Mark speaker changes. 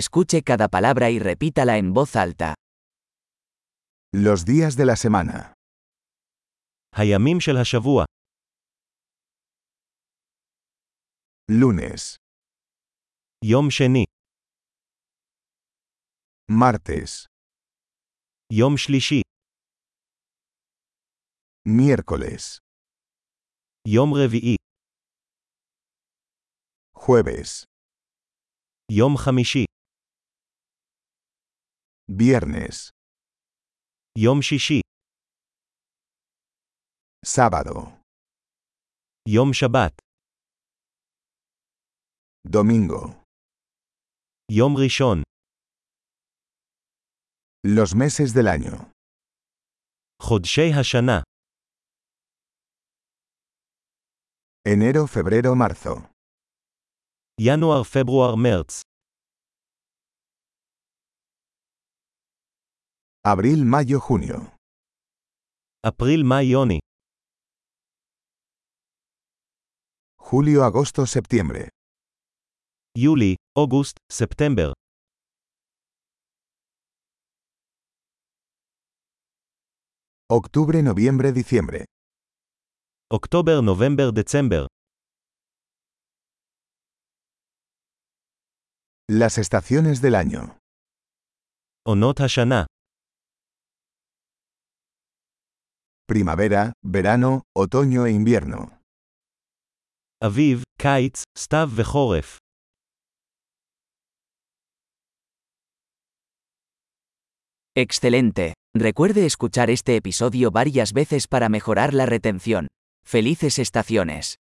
Speaker 1: Escuche cada palabra y repítala en voz alta.
Speaker 2: Los días de la semana.
Speaker 3: הימים של השבוע,
Speaker 2: Lunes,
Speaker 3: יום שני,
Speaker 2: martes,
Speaker 3: יום שלישי,
Speaker 2: miércoles,
Speaker 3: יום רביעי,
Speaker 2: jueves,
Speaker 3: יום חמישי,
Speaker 2: viernes,
Speaker 3: יום שישי,
Speaker 2: sábado,
Speaker 3: יום שבת,
Speaker 2: domingo.
Speaker 3: יום ראשון,
Speaker 2: Los meses del año.
Speaker 3: חודשי השנה,
Speaker 2: Enero, febrero, marzo.
Speaker 3: ינואר, פברואר, מרץ,
Speaker 2: Abril, mayo, junio.
Speaker 3: אפריל, מאי, יוני,
Speaker 2: Julio, agosto, septiembre.
Speaker 3: יולי, אוגוסט, ספטמבר,
Speaker 2: Octubre, noviembre, diciembre.
Speaker 3: אוקטובר, נובמבר, דצמבר,
Speaker 2: Las estaciones del año.
Speaker 3: עונות השנה,
Speaker 2: Primavera, verano, otoño e invierno.
Speaker 3: אביב, קיץ, סתיו וחורף,
Speaker 1: Excelente. Recuerde escuchar este episodio varias veces para mejorar la retención. Felices estaciones.